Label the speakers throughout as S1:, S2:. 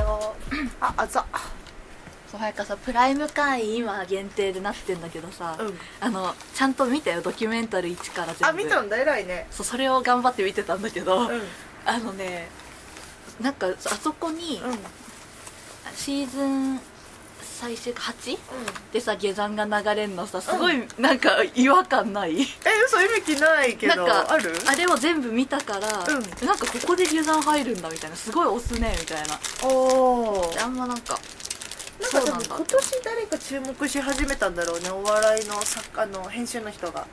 S1: よ
S2: ああざ
S1: そう早川さんプライム会員今限定でなってんだけどさ、
S2: うん
S1: あのちゃんと見たよドキュメンタリー1から全部
S2: あ見たんだ偉いね
S1: そうそれを頑張って見てたんだけど、
S2: うんうん
S1: あのねなんかあそこに、シーズン最終 8? でさ下山が流れんのさすごいなんか違和感ない、
S2: え嘘意味きないけ
S1: な
S2: ど
S1: んか
S2: ある
S1: あれを全部見たから、
S2: う
S1: なんかここで下山入るんだみたいなすごい押すねみたいな
S2: おー
S1: であんまなんか
S2: なんかでも
S1: そうなんだ
S2: 今年誰か注目し始めたんだろうねお笑いの作家の編集の人が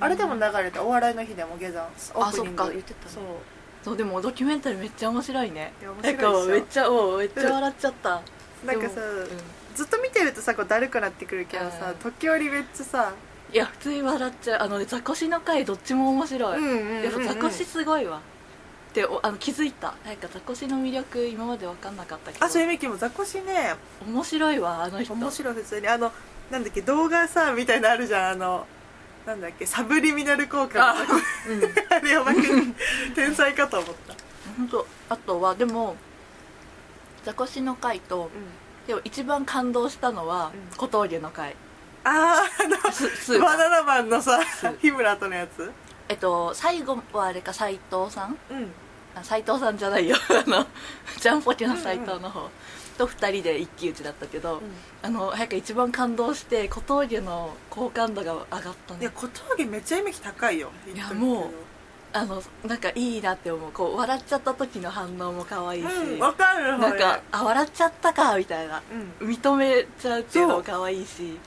S2: あれでも流れたお笑いの日でも下山オープニング
S1: そっか言ってたね
S2: そう
S1: そうでもドキュメンタリーめっちゃ面白いね
S2: いや面
S1: な
S2: 白いっしょ
S1: んかめっちゃもうめっちゃ笑っちゃった
S2: なんかさ、
S1: でもうん
S2: ずっと見てるとさこうだるくなってくるけどさ、
S1: うん
S2: 時折めっちゃさ
S1: いや普通に笑っちゃうあのねザコシの回どっちも面白い、
S2: んうん
S1: やっぱザコシすごいわっておあの気づいたなんかザコシの魅力今まで分かんなかったけど
S2: あそうゆみきもザコシね
S1: 面白いわあの人
S2: 面白い普通にあのなんだっけ動画さみたいなのあるじゃんあのなんだっけサブリミナル効 果
S1: あ
S2: の
S1: うん
S2: あれをまく天才かと思った、
S1: 本当あとはでもザコシの回とでも一番感動したのは
S2: うん
S1: 小峠 の回
S2: ああ
S1: すす
S2: あのバナナマンのさ
S1: ス
S2: 日村とのやつ
S1: えっと最後はあれか斎藤さん
S2: うん
S1: あ斎藤さんじゃないよ あのジャンポケの斎藤の方、と2人で一騎打ちだったけど、あの早く一番感動して小峠の好感度が上がった
S2: いや
S1: ね
S2: 小峠めっちゃ意味高いよ
S1: いやもあのなんかいいなって思うこう笑っちゃった時の反応も可愛いし、
S2: うんわかる
S1: なんかあ笑っちゃったかみたいな
S2: うん
S1: 認めちゃうっていうのも可愛いし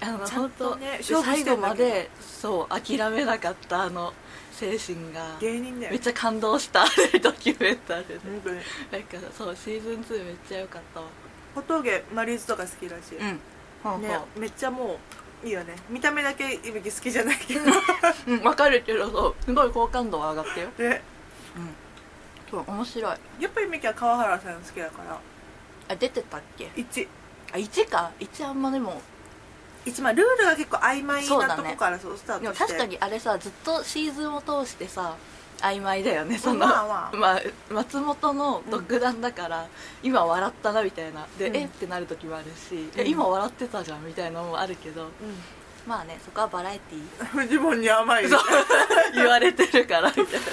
S1: あの
S2: ちゃん
S1: 本
S2: と
S1: 当、
S2: ね
S1: で
S2: 勝負し
S1: 最
S2: て
S1: 後
S2: んだ
S1: ま
S2: けど
S1: でそう諦めなかったあの精神が
S2: 芸人だよ
S1: めっちゃ感動したドキュメンタリーで
S2: 本当に
S1: なんかそうシーズン2めっちゃ良かったわ
S2: 小峠マリーズとか好きだし、
S1: うんほう
S2: ね
S1: ほ
S2: めっちゃもういいよね見た目だけいぶき好きじゃない けど
S1: ううん分かるけどそうすごい好感度は上がったよ
S2: で
S1: うんそう面白い
S2: やっぱりミキは川原さん好きだから
S1: あ出てたっけ
S2: 1
S1: あ1か1あんまでも
S2: 一まあルールが結構曖昧
S1: そうだ
S2: な
S1: ね
S2: とこからそう,、スター
S1: でも
S2: トして
S1: 確かにあれさずっとシーズンを通してさ曖昧だよねその、
S2: まあまあ
S1: まあ、松本の独断だから、今笑ったなみたいなで、
S2: うん
S1: えってなる時もあるし、
S2: うん
S1: え今笑ってたじゃんみたいなのもあるけど
S2: う
S1: まあねそこはバラエティー
S2: んフジモンに甘い
S1: そう 言われてるからみたいな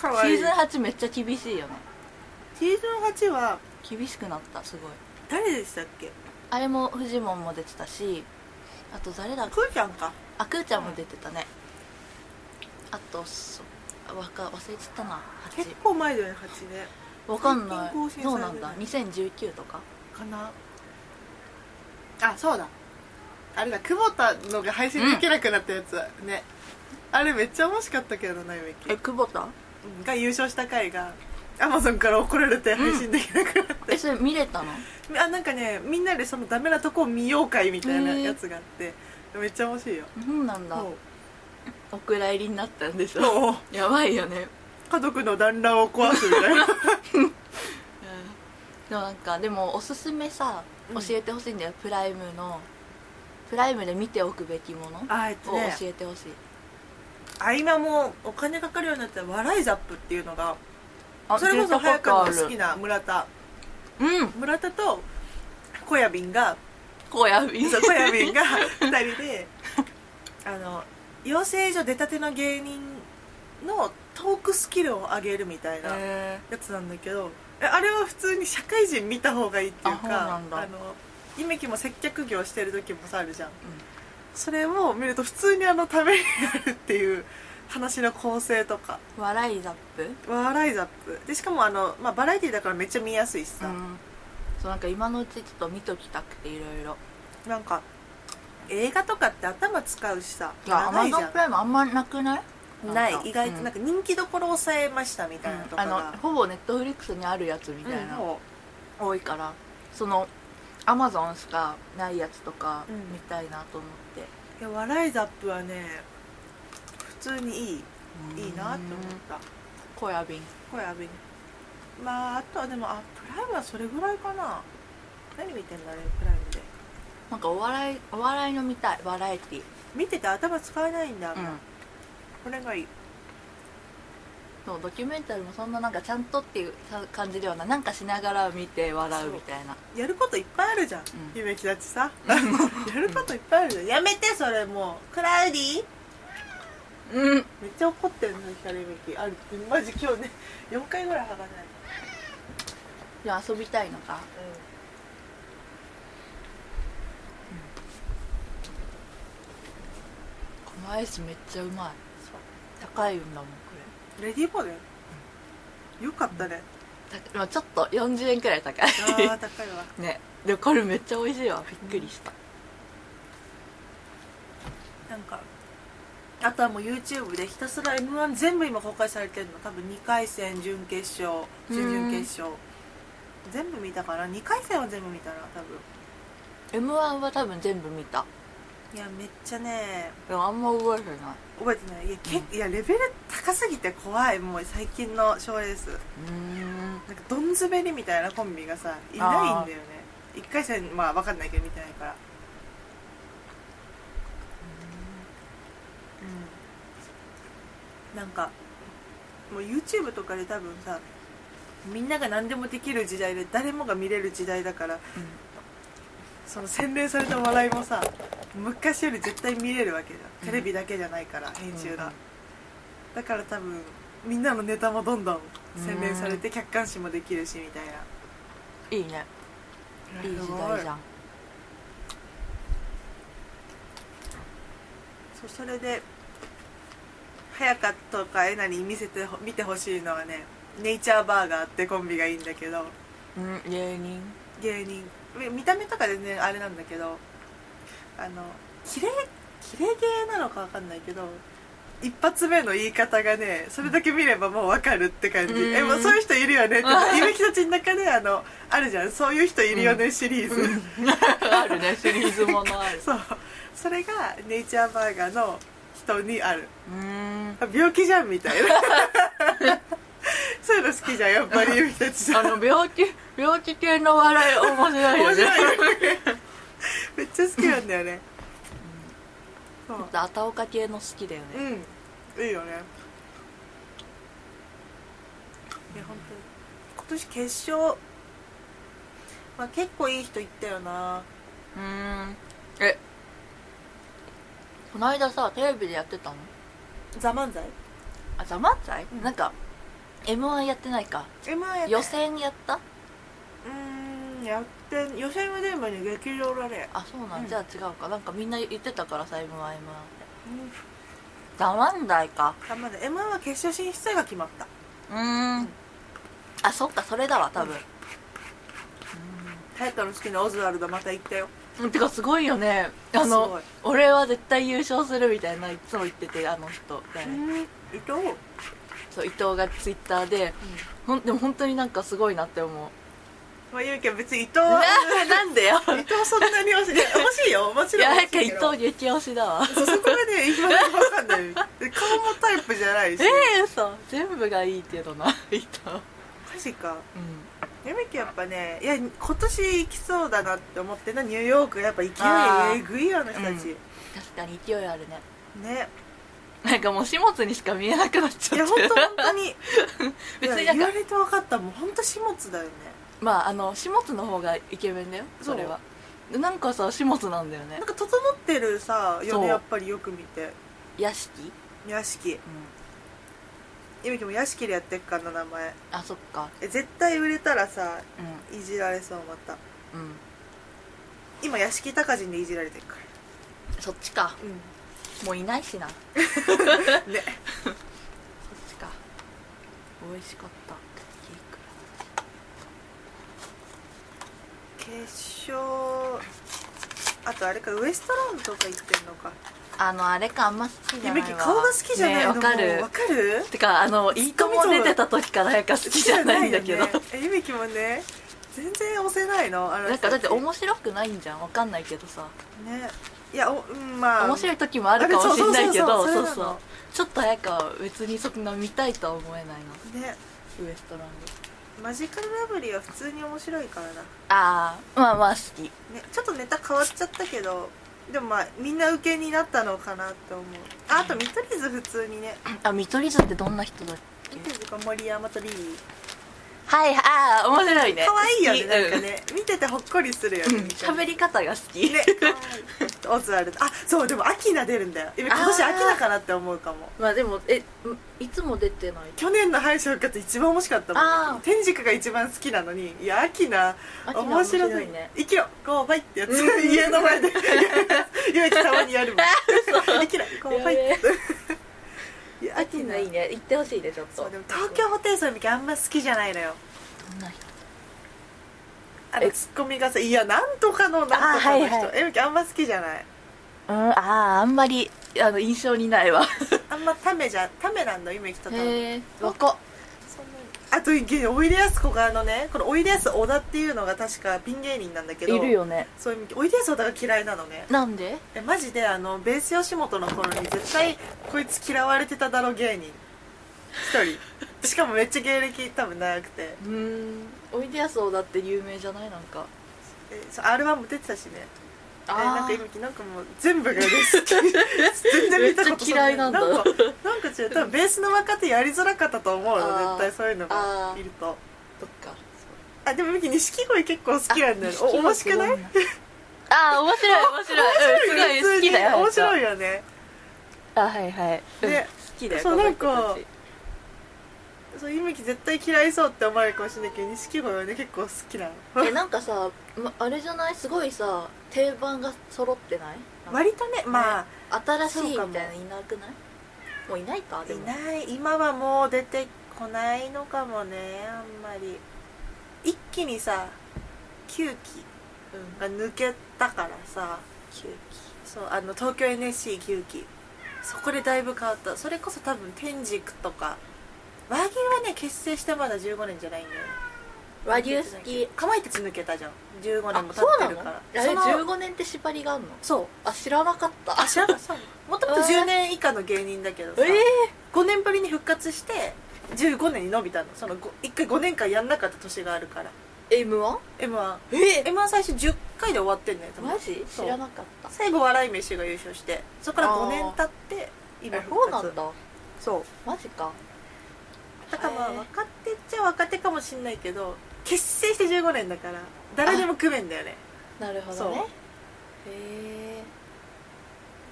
S2: かわいい
S1: シーズン8めっちゃ厳しいよね
S2: シーズン8は
S1: 厳しくなったすごい
S2: 誰でしたっけ
S1: あれもフジモンも出てたしあと誰だっけ
S2: くーちゃんか
S1: あくーちゃんも出てたね、あとそうわか忘れちゃったな8
S2: 結構前だよね8ね
S1: わかんない
S2: 最近更新されてない
S1: どうなんだ2019とか
S2: かなあそうだあれだ久保田のが配信できなくなったやつ、ねあれめっちゃ惜しかったけどなゆめき
S1: 久保田
S2: が優勝した回がアマゾンから怒られて配信できなくなった、
S1: えそれ見れたの
S2: あなんかねみんなでそのダメなとこを見よう会みたいなやつがあって、めっちゃ面白いよ
S1: そうなんだ
S2: も
S1: お蔵入りになったんでし
S2: う
S1: ょ
S2: もう
S1: やばいよね
S2: 家族の団らんを壊すみたい な
S1: でもなんかでもおすすめさ
S2: うん
S1: 教えてほしいんだよ、プライムのプライムで見ておくべきものを
S2: あえっと
S1: 教
S2: ね
S1: えてほしい、
S2: あ今もうお金かかるようになった笑いザップっていうのが
S1: あ
S2: それこそ
S1: 聞
S2: 早
S1: いたことあ
S2: 川
S1: る
S2: の好きな村田
S1: うん
S2: 村田と小屋瓶が
S1: 小籔
S2: そう小屋瓶が2人であの養成所出たての芸人のトークスキルを上げるみたいな
S1: え
S2: やつなんだけどえあれは普通に社会人見た方がいいっていう
S1: あそう
S2: か
S1: なんだ
S2: の夢きも接客業してる時もさあるじゃん、
S1: ん
S2: それを見ると普通にあのためになるっていう話の構成とか
S1: ー笑いザップ
S2: 笑いザップでしかもあの、まあ、バラエティだからめっちゃ見やすいし
S1: う
S2: さ、
S1: んそうなんか今のうちちょっと見ときたくていろいろ
S2: なんか映画とかって頭使うしさ
S1: いや
S2: 長
S1: アマ
S2: いじ
S1: ゾ
S2: ゃ
S1: ンプライムあんまなくない
S2: んない意外と
S1: うん
S2: なんか人気どころを抑えましたみたいなと
S1: あ
S2: か
S1: の
S2: が、
S1: ほぼネットフリックスにあるやつみたいな、
S2: も
S1: 多いからそのアマゾンしかないやつとか
S2: うん
S1: 見たいなと思って、
S2: ういや笑いザップはね普通にいいいいなって思った
S1: 小屋便
S2: 小屋びまああとはでもあプライムはそれぐらいかな何見てんだねプライムで
S1: なんかお笑いお笑いの見たいバラエティ
S2: 見てて頭使えないんだ、
S1: うん
S2: これがいい
S1: そうドキュメンタリーもそんななんかちゃんとっていうさ感じではないなんかしながら見て笑うみたいな
S2: やることいっぱいあるじゃん
S1: うん
S3: 夢きだちさ やることいっぱいあるじゃん
S2: やめてそれもうクラウディ
S1: うん
S3: めっちゃ怒ってるの光るべきあるマジ今日ね4回 ぐらい剥がない、
S1: でも遊びたいのかこのアイスめっちゃうまい高いんだもんこ
S3: レディーボールよかった ね
S1: れたまあちょっと40円くらい高い
S3: あー高いわ
S1: ねでもこれめっちゃ美味しいわびっくりした、
S2: なんかあとはもう YouTube でひたすら m 1全部今公開されてるの多分2回戦準決勝準々決勝全部見たから2回戦は全部見たな多分
S1: m 1は多分全部見た
S2: いやめっちゃね
S1: でもあんま覚えてない
S2: 覚えてないいやけ、いやレベル高すぎて怖いもう最近の賞レース
S1: うん
S2: なんかドンズベリみたいなコンビがさいないんだよね1回戦まあ分かんないけど見てないからうんなんかもう YouTube とかで多分さみんなが何でもできる時代で誰もが見れる時代だからその洗練された笑いもさ昔より絶対見れるわけじゃんテレビだけじゃないから編集が、
S1: うん
S2: だから多分みんなのネタもどんどん洗練されて客観視もできるしみたいない
S1: いねいい時代じゃん
S2: そうそれで早かとかえなりに見せてほ見てほしいのはねネイチャーバーガーってコンビがいいんだけど
S1: うん芸人
S2: 芸人み見た目とか全然あれなんだけどあのキレキレ芸なのかわかんないけど一発目の言い方がねそれだけ見ればもうわかるって感じ
S1: うん
S2: えもうそういう人いるよねって夢きたちの中であのあるじゃんそういう人いるよねシリーズ、
S1: あるねシリーズものある
S2: そうそれがネイチャーバーガーの人にある
S1: うん
S2: あ病気じゃんみたいな そういうの好きじゃんやっぱりゆみたちさ
S1: あ
S2: ん
S1: の病気病気系の笑い面白いよ
S2: 面
S1: ね
S2: 白いよねめっちゃ好きなんだよねそう
S1: あたおか系の好きだよね
S2: うんいいよねいや本当に今年決勝まあ結構いい人いったよな
S1: うーんえこの間さテレビでやってたの
S2: 「ザ漫才
S1: あザ・漫才、
S2: うん
S1: なんか m 1やってないか
S2: えまあやっ
S1: 予選やった
S2: うーんやって予選は全部に劇場だね
S1: あそうなん、
S2: うん
S1: じゃあ違うかなんかみんな言ってたからさ m 1 m
S2: うん
S1: 1ザ・漫才か
S2: ザ漫才 m 1は決勝進出が決まった
S1: うーんあそっかそれだわ多分、
S2: タイトル好きなオズワルドまた行ったよ
S1: うん、てかすごいよねあ
S2: すご
S1: の
S2: い
S1: 俺は絶対優勝するみたいないつも言っててあの人、
S2: うん伊藤
S1: そう伊藤がツイッターで、ほんでも本当になんかすごいなって思う
S2: まあゆうきは別に伊 藤
S1: ななんでよ
S2: 伊藤そんなに欲しいいや欲しいよもち
S1: い
S2: ろ
S1: や
S2: ん
S1: なん
S2: 欲し
S1: か
S2: い
S1: 伊
S2: けど
S1: 藤激推しだわ
S2: そうそこがね今のとこわかんないで顔もタイプじゃないし
S1: ええそう全部がいいけどな伊藤
S2: マジか
S1: うん
S2: やめきやっぱねいや今年行きそうだなって思ってなニューヨークやっぱ
S1: あ
S2: 勢
S1: ー
S2: いえぐいよあの人たち、
S1: 確かに勢いあるね
S2: ね
S1: なんかもう始末にしか見えなくなっち
S2: い
S1: ゃ
S2: や
S1: っ
S2: 本
S1: て
S2: 当本当に
S1: 別に
S2: いや
S1: なん
S2: 言わ
S1: か
S2: れて分かったもん本当始末だよね
S1: まああの始末の方がイケメンだよ
S2: そう
S1: それはなんかさ始末なんだよね
S2: なんか整ってるさよ
S1: そう
S2: ねやっぱりよく見て
S1: 屋敷
S2: 屋敷ゆみきも屋敷でやってっからな名前
S1: あそっか
S2: え絶対売れたらさ
S1: う
S2: いじられそうまた
S1: んうん
S2: 今屋敷高人でいじられてるか
S1: そっちから
S2: うん
S1: もういないしなねそっちか美味しかったケーキ
S2: 決勝あとあれかウエストランドとか行ってんのか
S1: あのあれかあんま好きじゃない
S2: ゆ
S1: わ
S2: みき顔が好きじゃない
S1: ね
S2: の
S1: わか
S2: もう
S1: る
S2: わかる
S1: てかあの「いいとも!」出てた時からやか好きじゃないんだけ
S2: 好
S1: ど、
S2: きじゃないよねえゆみきもね全然押せないのあの人
S1: なんかだって
S2: たち
S1: 面白くないんじゃんわかんないけどさ
S2: ねいやおうんまあ
S1: 面白い時もあるかもしんないけど
S2: あれ
S1: そ
S2: そう
S1: う
S2: そうそうそうそれな
S1: そう
S2: の
S1: ちょっと早川は別にそんな見たいとは思えないの
S2: ね
S1: ウエストランド
S2: マジカルラブリーは普通に面白いからな、ね、
S1: ああまあまあ好き
S2: ちょっとネタ変わっちゃったけどでもまあみんな受けになったのかなって思うああと見取り図普通にね
S1: あ見取り図ってどんな人だっけ
S2: 見取り図が森山とリリー
S1: はいああ面白いね
S2: 可愛いよね
S1: 好
S2: なん
S1: き
S2: かね見ててほっこりするよ
S1: うん
S2: ね
S1: うん
S2: みたいな
S1: 喋り方が好き
S2: ねオズワルドあそうでも秋名出るんだよ今今年
S1: あー
S2: 秋名かなって思うかも
S1: まあでもえいつも出てない
S2: 去年の敗者復活一番面白かったも
S1: あ
S2: ん
S1: ー
S2: 天竺が一番好きなのにいや秋名
S1: 秋名
S2: 面白い
S1: 面白いね
S2: 生きろゴーバイってやつ家の前で ゆうきたまにやるもん生きろゴーバイっていや
S1: 秋のいいね行ってほしいねちょっと
S2: そうでも東京ホテイソンの時あんま好きじゃないのよ
S1: どんな人
S2: あの
S1: え
S2: ツッコミがさ「いやなんとかのなんとかの人、
S1: あはいはい
S2: えみきあんま好きじゃない
S1: うんあああんまりあの印象にないわ
S2: あんまためじゃためなんだ今きたため
S1: え 若っ
S2: あとおいでやすこがあのねこのおいでやす小田っていうのが確かピン芸人なんだけ
S1: い
S2: ど
S1: るよね
S2: そういうおいでやす小田が嫌いなのね
S1: なんで
S2: えマジであのベース吉本の頃に絶対こいつ嫌われてただろ芸人一 人しかもめっちゃ芸歴多分長くて
S1: うんおいでやす小田って有名じゃないなんか
S2: えそう R1 も出てたしねえなんか
S1: ー
S2: 今きなんかもう全部がです 好き全然見たことそ
S1: めっちゃ嫌いなんだ
S2: なんかなんか違う多分ベースの若手やりづらかったと思うの
S1: あ
S2: 絶
S1: ー
S2: 対そういうのが
S1: あー
S2: いると
S1: そっか
S2: あでもみき錦鯉結構好きなんだよねお面白くない
S1: ああ面白い面白いうんすごい好きだよ
S2: 面白
S1: い
S2: いよね
S1: あはいはいうん
S2: で
S1: 好きだよ
S2: そう
S1: この人
S2: なんか
S1: たち
S2: そうゆみき絶対嫌いそうって思われるかもしれないけど錦鯉はね結構好きなの
S1: えなんかさまあれじゃないすごいさ定番が揃ってない
S2: 割とねまあ
S1: 新しいみ
S2: そうかも
S1: たいないなくないもういないかで
S2: い
S1: も
S2: ない今はもう出てこないのかもねあんまり一気にさ9期
S1: うん
S2: が抜けたからさ
S1: 旧
S2: そうあの東京 NSC9 期そこでだいぶ変わったそれこそ多分天竺とか和牛はね結成してまだ15年じゃないんだよね
S1: 和牛好き
S2: かまいたち抜けたじゃん15
S1: あ
S2: 年も経
S1: そう
S2: っ
S1: な
S2: てる
S1: の
S2: か
S1: あ
S2: ら
S1: れ
S2: その
S1: 15年って縛りがあるの
S2: そう
S1: あ知らなかった
S2: あ知らなかったもともと
S1: えー
S2: 10年以下の芸人だけど
S1: え
S2: さ、
S1: え
S2: 5年ぶりに復活して15年に伸びたのそのご1回5年間やんなかった年があるから
S1: m 1
S2: m 1
S1: え
S2: m 1最初10回で終わってんのよ多分
S1: マジ
S2: そ
S1: 知
S2: う
S1: らなかった
S2: 最後笑い飯が優勝してそこから5年経って今
S1: え
S2: 復
S1: そう
S2: 活
S1: なんだ
S2: そう
S1: マジか
S2: だからまあ
S1: へえ
S2: 若手っちゃ若手かもしんないけど結成して15年だから誰でも組めんだよね
S1: なるほ
S2: そ
S1: ど
S2: う
S1: ねへ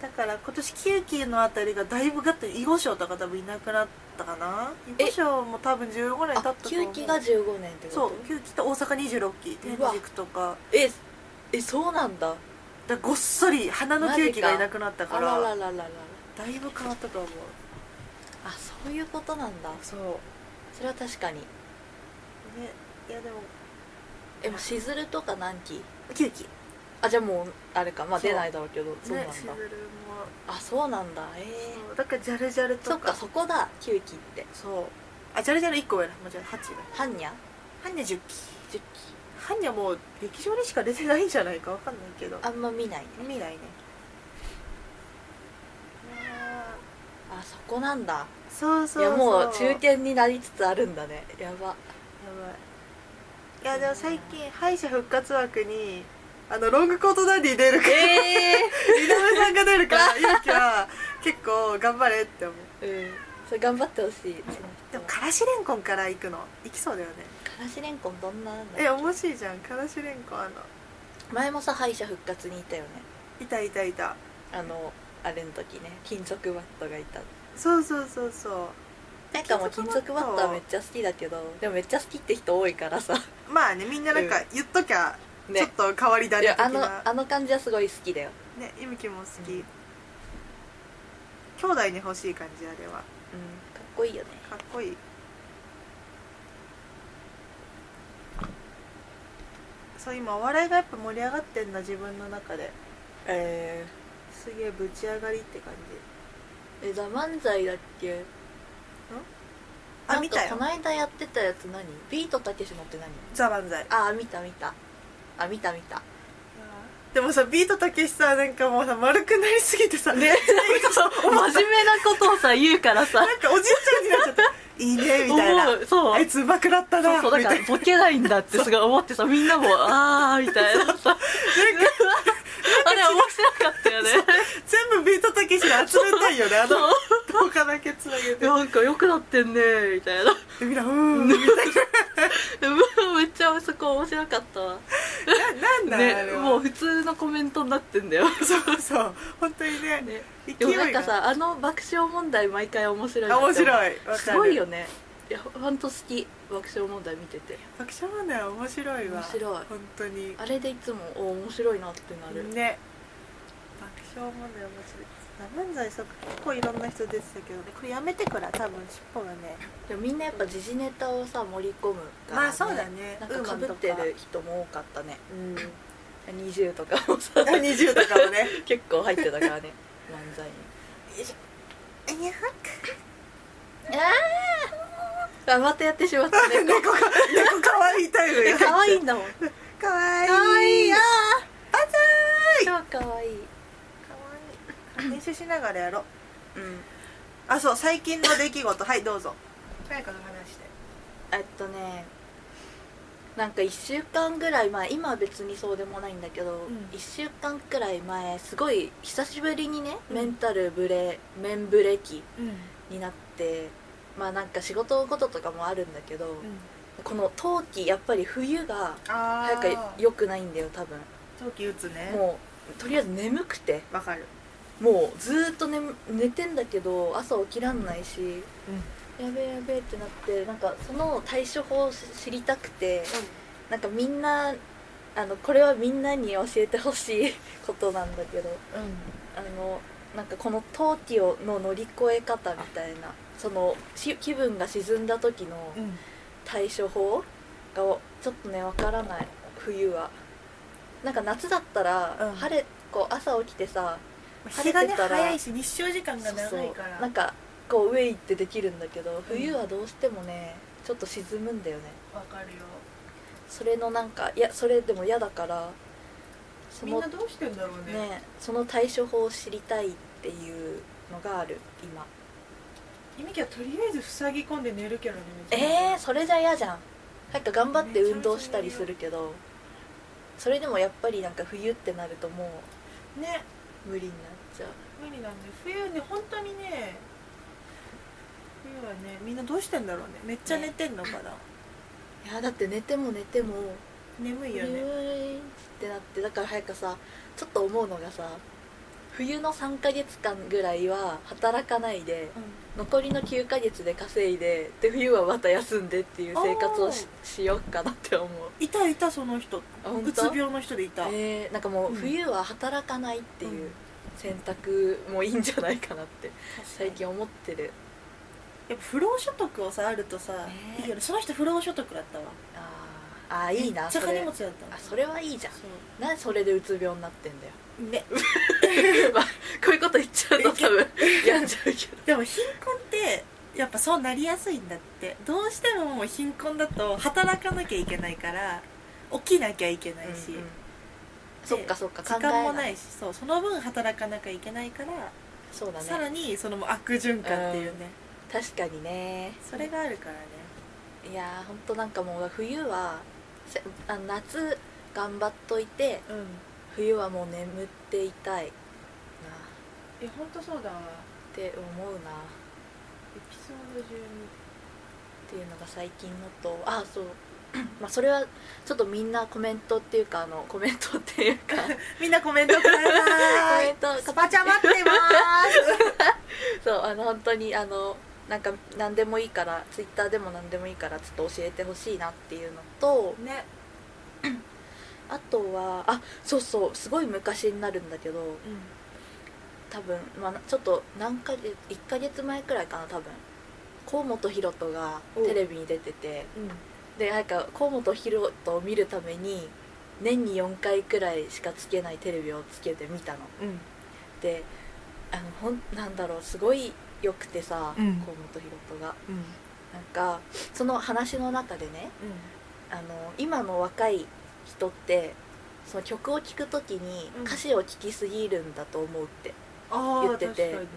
S2: だから今年キューキーのあたりがだいぶガッと囲碁賞とか多分いなくなったかな囲
S1: え
S2: 碁賞も多分15年経
S1: え
S2: ったと
S1: あ
S2: 思う
S1: 休期が15年ってこと
S2: そうキューキーと大阪26期天
S1: うわ
S2: 竺とか
S1: ええそうなんだ
S2: だからごっそり花のキューキーがいなくなったか
S1: あ
S2: ら
S1: らららららら
S2: だいぶ変わったと思う
S1: あそういうことなんだ
S2: そう
S1: それは確かに
S2: ねいやでも
S1: えもうしずるとか何期
S2: キューキー
S1: あじゃあもうあれかまあ
S2: そう
S1: 出ないだろうけどそうな
S2: ね
S1: んだ
S2: シブルも
S1: あそうなんだええ
S2: そうだからジャルジャル
S1: そ
S2: と
S1: っか
S2: か
S1: そこだ9期って
S2: そうあジャルジャル1個上だもうじゃあ8だ
S1: ハンニャ
S2: ハンニャ10期
S1: 10期
S2: ハンニャもう劇場にしか出てないんじゃないかわかんないけど
S1: あんま見ないね
S2: 見ないねまあ
S1: あそこなんだ
S2: そうそうそう
S1: い
S2: い
S1: やもう中堅になりつつあるんだねや
S2: いや
S1: ば
S2: ばいいやでも最近敗者復活枠にあのロングコートダディ出るから
S1: え
S2: 井上さんが出るから 勇気は結構頑張れって思う
S1: えー、 うんそれ頑張ってほしい
S2: でもからしれんこんから行くの行きそうだよね
S1: からしれんこんどんななんだ
S2: え面白いじゃんからしれんこんあの
S1: 前もさ敗者復活にいたよね
S2: いたいたいた
S1: あのあれの時ね金属バットがいた
S2: そうそうそうそう
S1: なんかもう金属バットはめっちゃ好きだけどでもめっちゃ好きって人多いから さ
S2: まあねみんななんか言っときゃ、ちょ
S1: ね
S2: っと変わり
S1: い
S2: 種
S1: や
S2: 的
S1: あの
S2: な
S1: あの感じはすごい好きだよ
S2: ねゆみきも好き、
S1: うん
S2: 兄弟に欲しい感じあれは
S1: うんかっこいいよね
S2: かっこいいそう今お笑いがやっぱ盛り上がってんだ自分の中で
S1: え
S2: すげえぶち上がりって感じ
S1: ー、えザ・漫才だっけ
S2: あ見た
S1: なん
S2: よ
S1: かこの間やってたやつ何ビートたけしのって何
S2: 「ザ・漫才
S1: ああ見た見たあ見た見 た」
S2: でもさビートたけしさなんかもうさ丸 くなりすぎてさ、
S1: ねそう真面目なことをさ言うからさ
S2: なんかおじいちゃんになっちゃった いいねみたいな
S1: 思うそう
S2: あいつうまくなった
S1: そ
S2: な
S1: うそうだ
S2: み
S1: か
S2: た
S1: ら
S2: いな
S1: ボケないんだってすごい思ってさみ んなもああみたいなさ あれ面白かったよね
S2: 全部ビートたけしで集めたいよねあの
S1: そう
S2: 動画だけつなげて
S1: なんか良くなってんねみたいな
S2: でみんなうーんみたい
S1: めっちゃそこ面白かったわ
S2: ななんだ、
S1: ね
S2: あれは
S1: もう普通のコメントになってんだよ、
S2: そうそう本当にね
S1: ね、
S2: 勢い
S1: でも
S2: が
S1: なんかさあの爆笑問題毎回面白いな
S2: あ
S1: って思う
S2: 面白いわかる
S1: すごいよねいやほんと好き爆笑問題見てて
S2: 爆笑問題は面白いわ
S1: 面白い
S2: 本当に
S1: あれでいつもお面白いなってなる、
S2: ね爆笑問題は面白い漫才そう結構いろんな人出てたけどねこれやめてから多分尻尾がね
S1: でもみんなやっぱ時事ネタをさ盛り込むから、
S2: まあそうだね
S1: なんか被ってる人も多かったね
S2: うん
S1: 20とかもさ
S2: 20とかも ね
S1: 結構入ってたからね漫才に
S2: にゃ
S1: ああまたやってしまった ね
S2: 猫か猫かわいいタイム
S1: え可愛いんだもん
S2: かわいい
S1: 可愛い
S2: あ
S1: あ
S2: バザーイ
S1: 超可愛い
S2: かわいい練習しながらやろう
S1: うん
S2: あそう最近の出来事はいどうぞ誰かの話して
S1: えっとねなんか1週間ぐらい前今は別にそうでもないんだけど、
S2: ん
S1: 1週間くらい前すごい久しぶりにね、
S2: うん
S1: メンタルブレメンブレ期
S2: うん
S1: になってまあなんか仕事こととかもあるんだけど、この冬季やっぱり冬が
S2: あ
S1: な
S2: あ
S1: んか良くないんだよ多分
S2: 陶器打つね
S1: もうとりあえず眠くて
S2: わかる
S1: もうずーっと寝寝てんだけど朝起きらんないし、やべえやべえってなってなんかその対処法を知りたくて、なんかみんなあのこれはみんなに教えてほしいことなんだけど
S2: う
S1: あのなんかこの冬季をの乗り越え方みたいなそのし気分が沈んだ時の
S2: んうん
S1: 対処法がおちょっとねわからない冬はなんか夏だったら、
S2: うん
S1: 晴れこう朝起きてさ
S2: 日が
S1: 晴れ
S2: ね
S1: てたら
S2: 早いし日照時間が
S1: そう
S2: 長い
S1: そう
S2: から
S1: なんかこう上行ってできるんだけど冬はどうしてもねちょっと沈むんだよね
S2: わかるよ
S1: それのなんかいやそれでも嫌だからそ
S2: みん
S1: の
S2: などうしてんだろうね
S1: ねその対処法を知りたいっていうのがある今
S2: ゆみきはとりあえず塞ぎ込んで寝るけどね
S1: えー、それじゃ嫌じゃんなんか頑張って運動したりするけどそれでもやっぱりなんか冬ってなるとも
S2: えね
S1: う無理になっちゃう
S2: 無理なんで冬ね本当にね冬はねみんなどうしてんだろうねめっちゃ寝てんのかな、
S1: いやだって寝ても寝ても
S2: 眠い
S1: ゆ
S2: よね
S1: ーいってなってだから早くさちょっと思うのがさ冬の3ヶ月間ぐらいは働かないで残りの9ヶ月で稼いでで冬はまた休んでっていう生活をししようかなって思う
S2: いたいたその人
S1: あ本当
S2: うつ病の人でいた、
S1: えーなんかも
S2: う
S1: う
S2: ん
S1: 冬は働かないっていううん選択もいいんじゃないかなって
S2: 最
S1: 最
S2: 近
S1: 近思ってる
S2: やっぱ不労所得をさあるとさ、
S1: ね
S2: いいよねその人不労所得だったわ
S1: あーあーいいな
S2: めっちゃ
S1: そ
S2: 金
S1: れ
S2: 持ちだった
S1: あそれはいいじゃんなんでそれでうつ病になって んだよ
S2: そうね
S1: こういうこと言っちゃうと多分病んじゃうけど
S2: でも貧困ってやっぱそうなりやすいんだってどうしてももう貧困だと働かなきゃいけないから起きなきゃいけないし、
S1: うんうんそっかそっか
S2: 時
S1: 考え
S2: 間もないいしそうその分働かなきゃいけないから、
S1: そうだ
S2: さら
S1: ね
S2: にそのもう悪循環っていうね、
S1: 確かにね
S2: それがあるからね
S1: いやーほんとなんかもう冬はせあ夏頑張っといて
S2: うん
S1: 冬はもう眠っていたいなっ
S2: え本当そうだわ
S1: て思うな
S2: エピソード12
S1: っていうのが最近のとあそう まあそれはちょっとみんなコメントっていうかあのコメントっていうか
S2: みんなコメントくださ
S1: コメン
S2: い
S1: ト
S2: スパチャ待ってま
S1: そうあの本当にあのなんか何でもいいからツイッターでも何でもいいからちょっと教えてほしいなっていうのと
S2: ーす ね
S1: あとはあそうそうすごい昔になるんだけど多分、まあ、ちょっと何ヶ月1ヶ月前くらいかな多分河本大翔がテレビに出てて
S2: うんうん
S1: でなんか河本大翔を見るために年に4回くらいしかつけないテレビをつけて見たの
S2: うん
S1: であのほんなんだろうすごい良くてさ
S2: う
S1: 河、
S2: ん
S1: 本大翔が
S2: うん
S1: なんかその話の中でねあの今の若い人ってその曲を聴く時に
S2: うん
S1: 歌詞を聴きすぎるんだと思うって
S2: ああ
S1: 言ってて
S2: 確かに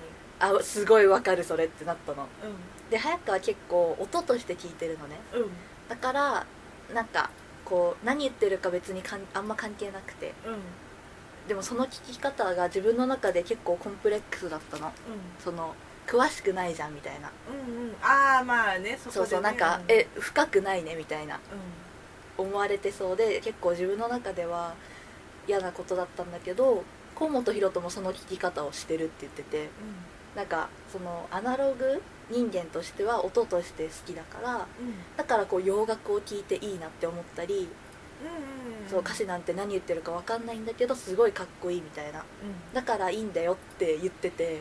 S1: あすごいわかるそれってなったの
S2: う
S1: で早川結構音として聞いてるのね
S2: んうん
S1: だからなんかこう何言ってるか別にかんあんま関係なくて
S2: うんうん
S1: でもその聞き方が自分の中で結構コンプレックスだったのその詳しくないじゃんみたいな、
S2: うんうんああまあねそこでね
S1: そうそうなんか、え深くないねみたいな
S2: う
S1: 思われてそうで結構自分の中では嫌なことだったんだけど河本ロ人もその聞き方をしてるって言ってて
S2: ん
S1: なんかそのアナログ人間としては音として好きだから
S2: うんうん
S1: だからこう洋楽を聴いていいなって思ったり、
S2: うんうん
S1: そう歌詞なんて何言ってるか分かんないんだけどすごいかっこいいみたいな
S2: う
S1: だからいいんだよって言ってて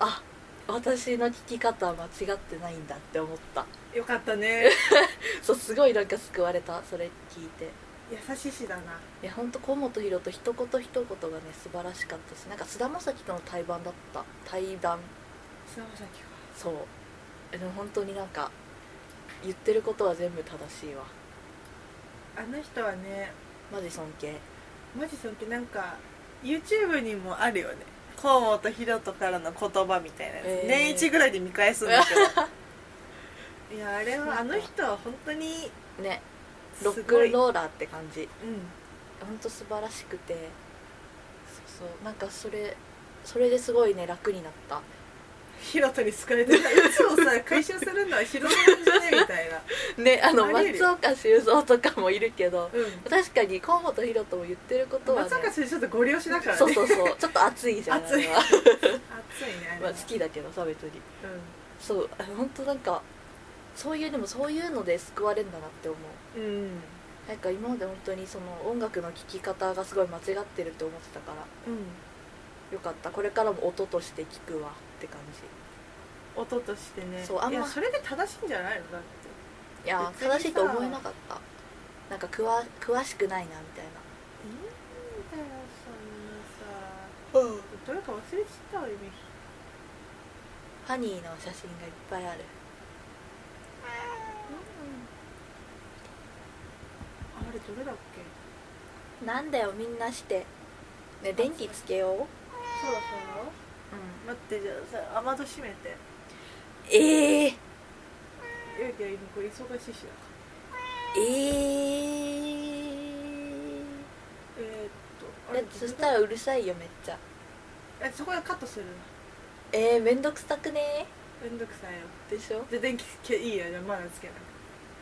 S1: あ私の聞き方は間違ってないんだって思った
S2: んよかったね
S1: そうすごいなんか救われたそれ聞いて
S2: 優しいしだない
S1: や本当河本ロと一言一言がね素晴らしかったしなんか菅田将暉との対バンだった対談
S2: 菅田将暉は
S1: そうえでも本当になんか言ってることは全部正しいわ
S2: あの人はね
S1: マジ尊敬
S2: マジ尊敬なんか YouTube にもあるよね河本ひろとからの言葉みたいなやつ、
S1: えー
S2: 年一ぐらいで見返すんだけど いやあれはあの人は本当に
S1: ね
S2: す
S1: ロ
S2: ごい
S1: ックンローラーって感じ
S2: うん
S1: 本当素晴らしくてそうそうなんかそれそれですごいね楽になった
S2: ヒロトに好かれて ないやつをさ解消するのはヒロトなんじゃねみたいな
S1: ねあの
S2: ありえる
S1: 松岡修造とかもいるけど
S2: う
S1: 確かに河本ロ人も言ってること
S2: ん
S1: はね
S2: 松岡先生ちょっとご利用しなからね
S1: そうそうそうちょっと熱いじゃん
S2: 熱い
S1: あれは
S2: 熱いねあれ
S1: ま
S2: は
S1: あ好きだけどさ別に
S2: う、
S1: そうあ本当なんかそういうでもそういうので救われるんだなって思うん
S2: うん
S1: なんか今まで本当にその音楽の聴き方がすごい間違ってるって思ってたからよかったこれからも音として聞くわって感じ
S2: 音としてね
S1: そうあんま
S2: いやそれで正しいんじゃないのだって
S1: いや
S2: 別にさ
S1: 正しいと思えなかったなんかくわ詳しくないなみたいな
S2: えんだよそ
S1: うん
S2: んなさどれか忘れちゃったわ夢
S1: ファニーの写真がいっぱいある
S2: あれどれだっけ
S1: なんだよみんなしてね電気つけよう、うん、
S2: そうだそうだ待ってじゃあさ雨戸閉めて
S1: ええ
S2: ゆうきは今これ忙しいしだから
S1: え
S2: え
S1: え
S2: ー、っとあ
S1: だ
S2: れ
S1: ってそしたらうるさいよめっちゃ
S2: えそこでカットする
S1: えー、めんどくさくね
S2: めんどくさいよ
S1: でしょ
S2: で電気けいいやじゃあまだつけな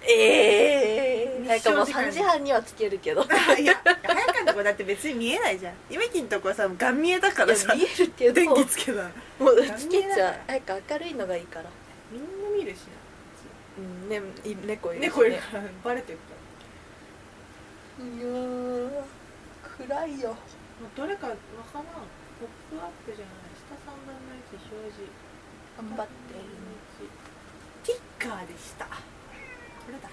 S1: ええー、なん
S2: 日
S1: かも
S2: 照
S1: う
S2: 時間
S1: 3時半にはつけるけどい
S2: いいや早川のとこだって別に見えないじゃん夢きんとこはさガン見えだか
S1: や
S2: らさ
S1: 見えるけど
S2: 電
S1: も
S2: 気
S1: う
S2: つけた
S1: つけちゃうなんか明るいのがいいから
S2: みんな見るし
S1: うんねい猫い
S2: な
S1: るし
S2: 猫いるからバレてるから
S1: いやー暗いよ
S2: もうどれかわからんポップアップじゃない下3分の1表示
S1: 頑張って
S2: ティッカーでしたこれだ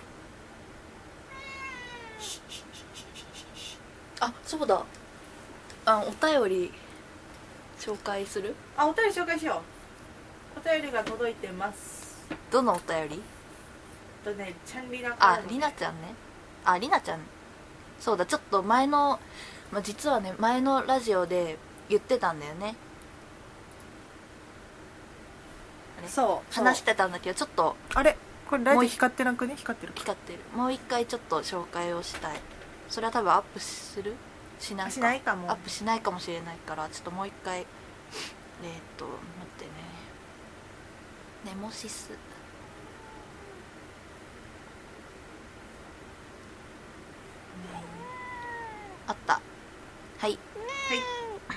S1: あそうだあお便り紹介する
S2: あお便り紹介しようお便りが届いてますえっ
S1: どのお便り
S2: とねチャンリラから
S1: あ
S2: の
S1: りなちゃんねありなちゃんそうだちょっと前の、まあ、実はね前のラジオで言ってたんだよね
S2: そう
S1: 話し
S2: そう
S1: てたんだけどちょっと
S2: あれこれライト
S1: もう一
S2: 光ってなくね光ってる
S1: 光ってるもう一回ちょっと紹介をしたいそれは多分アップするしないか
S2: しないかも
S1: アップしないかもしれないからちょっともう一回えーっと待ってねネモシスうんあったはい は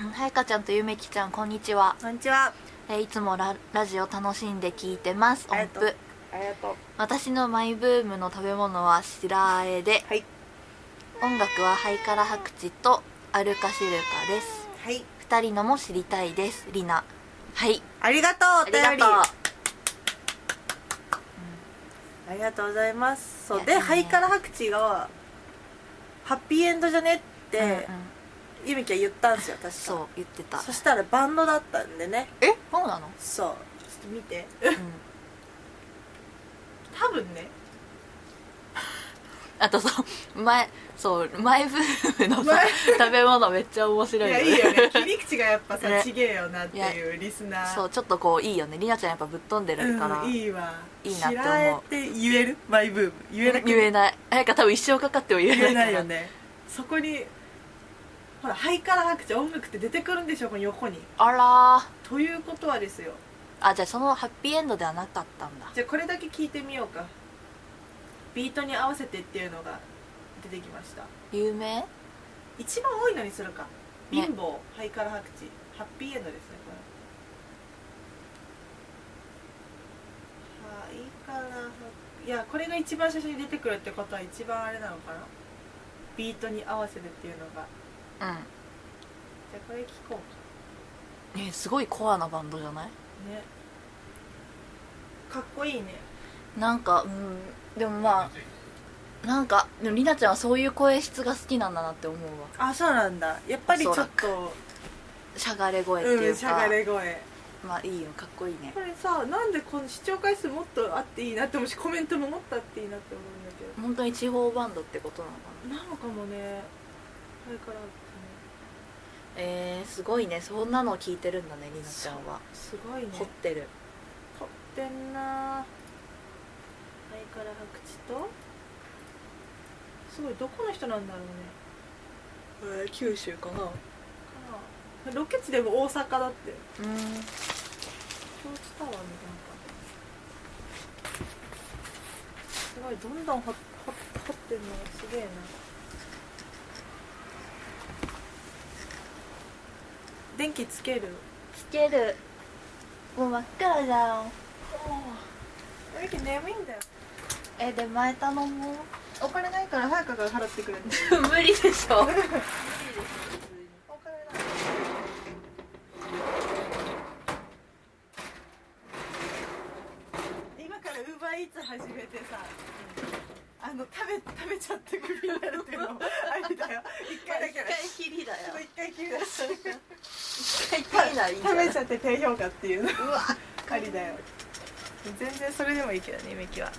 S1: いはやかちゃんとゆめきちゃんこんにちは、
S2: こんにちは
S1: えーいつもララジオ楽しんで聞いてます
S2: ありが
S1: 音
S2: とう
S1: 符
S2: ありがとう
S1: 私のマイブームの食べ物は白あえで
S2: はい
S1: 音楽はハイカラ白地とアルカシルカです
S2: はい
S1: 二人のも知りたいですリナはい
S2: ありがとうお
S1: あ
S2: 便
S1: り
S2: り
S1: がとう
S2: ありがとうございますそう
S1: い
S2: で
S1: やいいね
S2: ハイカラ白地がハッピーエンドじゃねって、
S1: うんうん
S2: ゆみきは言ったんですよ確か
S1: そう言ってた
S2: そしたらバンドだったんでね
S1: えそうなの、
S2: そうちょっと見て
S1: うん、
S2: 多分ね
S1: あとそう前そうマイブームのさ
S2: 前
S1: 食べ物めっちゃ面白
S2: い
S1: い
S2: や
S1: よ
S2: い
S1: ね
S2: いよね 切り口がやっぱさ、
S1: ね
S2: ちげえよなっていうリスナー
S1: そうちょっとこういいよねりなちゃんやっぱぶっ飛んでるから、
S2: うん、いいわ
S1: いいなって思う
S2: 知らえて言えるマイブーム言えなく
S1: 言えないなんか多分一生かかっても言えない
S2: 言え
S1: から
S2: ないよねそこにほらハイカラ白鳥音楽って出てくるんでしょこの横に
S1: あらー
S2: ということはですよ
S1: あじゃあそのハッピーエンドではなかったんだ
S2: じゃあこれだけ聞いてみようかビートに合わせてっていうのが出てきました
S1: 有名
S2: 一番多いのにするか
S1: ね
S2: 貧乏、ハイカラ白鳥ハッピーエンドですねこれハイカラ白いやこれが一番最初に出てくるってことは一番あれなのかなビートに合わせてっていうのが
S1: う
S2: じゃあこれ聞こうん
S1: えすごいコアなバンドじゃない
S2: かねかっこいいね
S1: なんかうんでもまあなんかでもりなちゃんはそういう声質が好きなんだなって思うわ
S2: あそうなんだやっぱりちょっと
S1: しゃがれ声っていううん
S2: しゃ
S1: か、
S2: がれ声
S1: まあいいよかっこいいね
S2: これさなんでこの視聴回数もっとあっていいなって思うしコメントももっとあっていいなって思うんだけど
S1: 本当に地方バンドってことなのかな
S2: なのかもねあれからです
S1: えー、すごいねそんなの聞いてるんだねりなちゃんは
S2: ねすごいね
S1: 掘ってる
S2: 凝ってんなあれから白地とすごいどこの人なんだろう
S1: えー、九州かな
S2: ねかなロケ地でも大阪だって
S1: うん
S2: トーチタワーみたいなのかすごいどんどん掘っ掘っ掘ってんのがすげえな電気つける
S1: つけるもう真っ暗じゃん
S2: 電気眠いんだよ
S1: えで前頼もう
S2: お金ないから早川が払ってくれる
S1: 無理でし ょ
S2: お金ない今からウーバーイーツ始めてさあの食べ食べちゃってクビになるっていうのもありだよ一回だけど
S1: きりだよ
S2: 一回きりだし
S1: 一回きりないいんじゃ
S2: 食
S1: ない
S2: べちゃって低評価っていうの
S1: うわ
S2: ありだよ全然それでもいいけどねミキは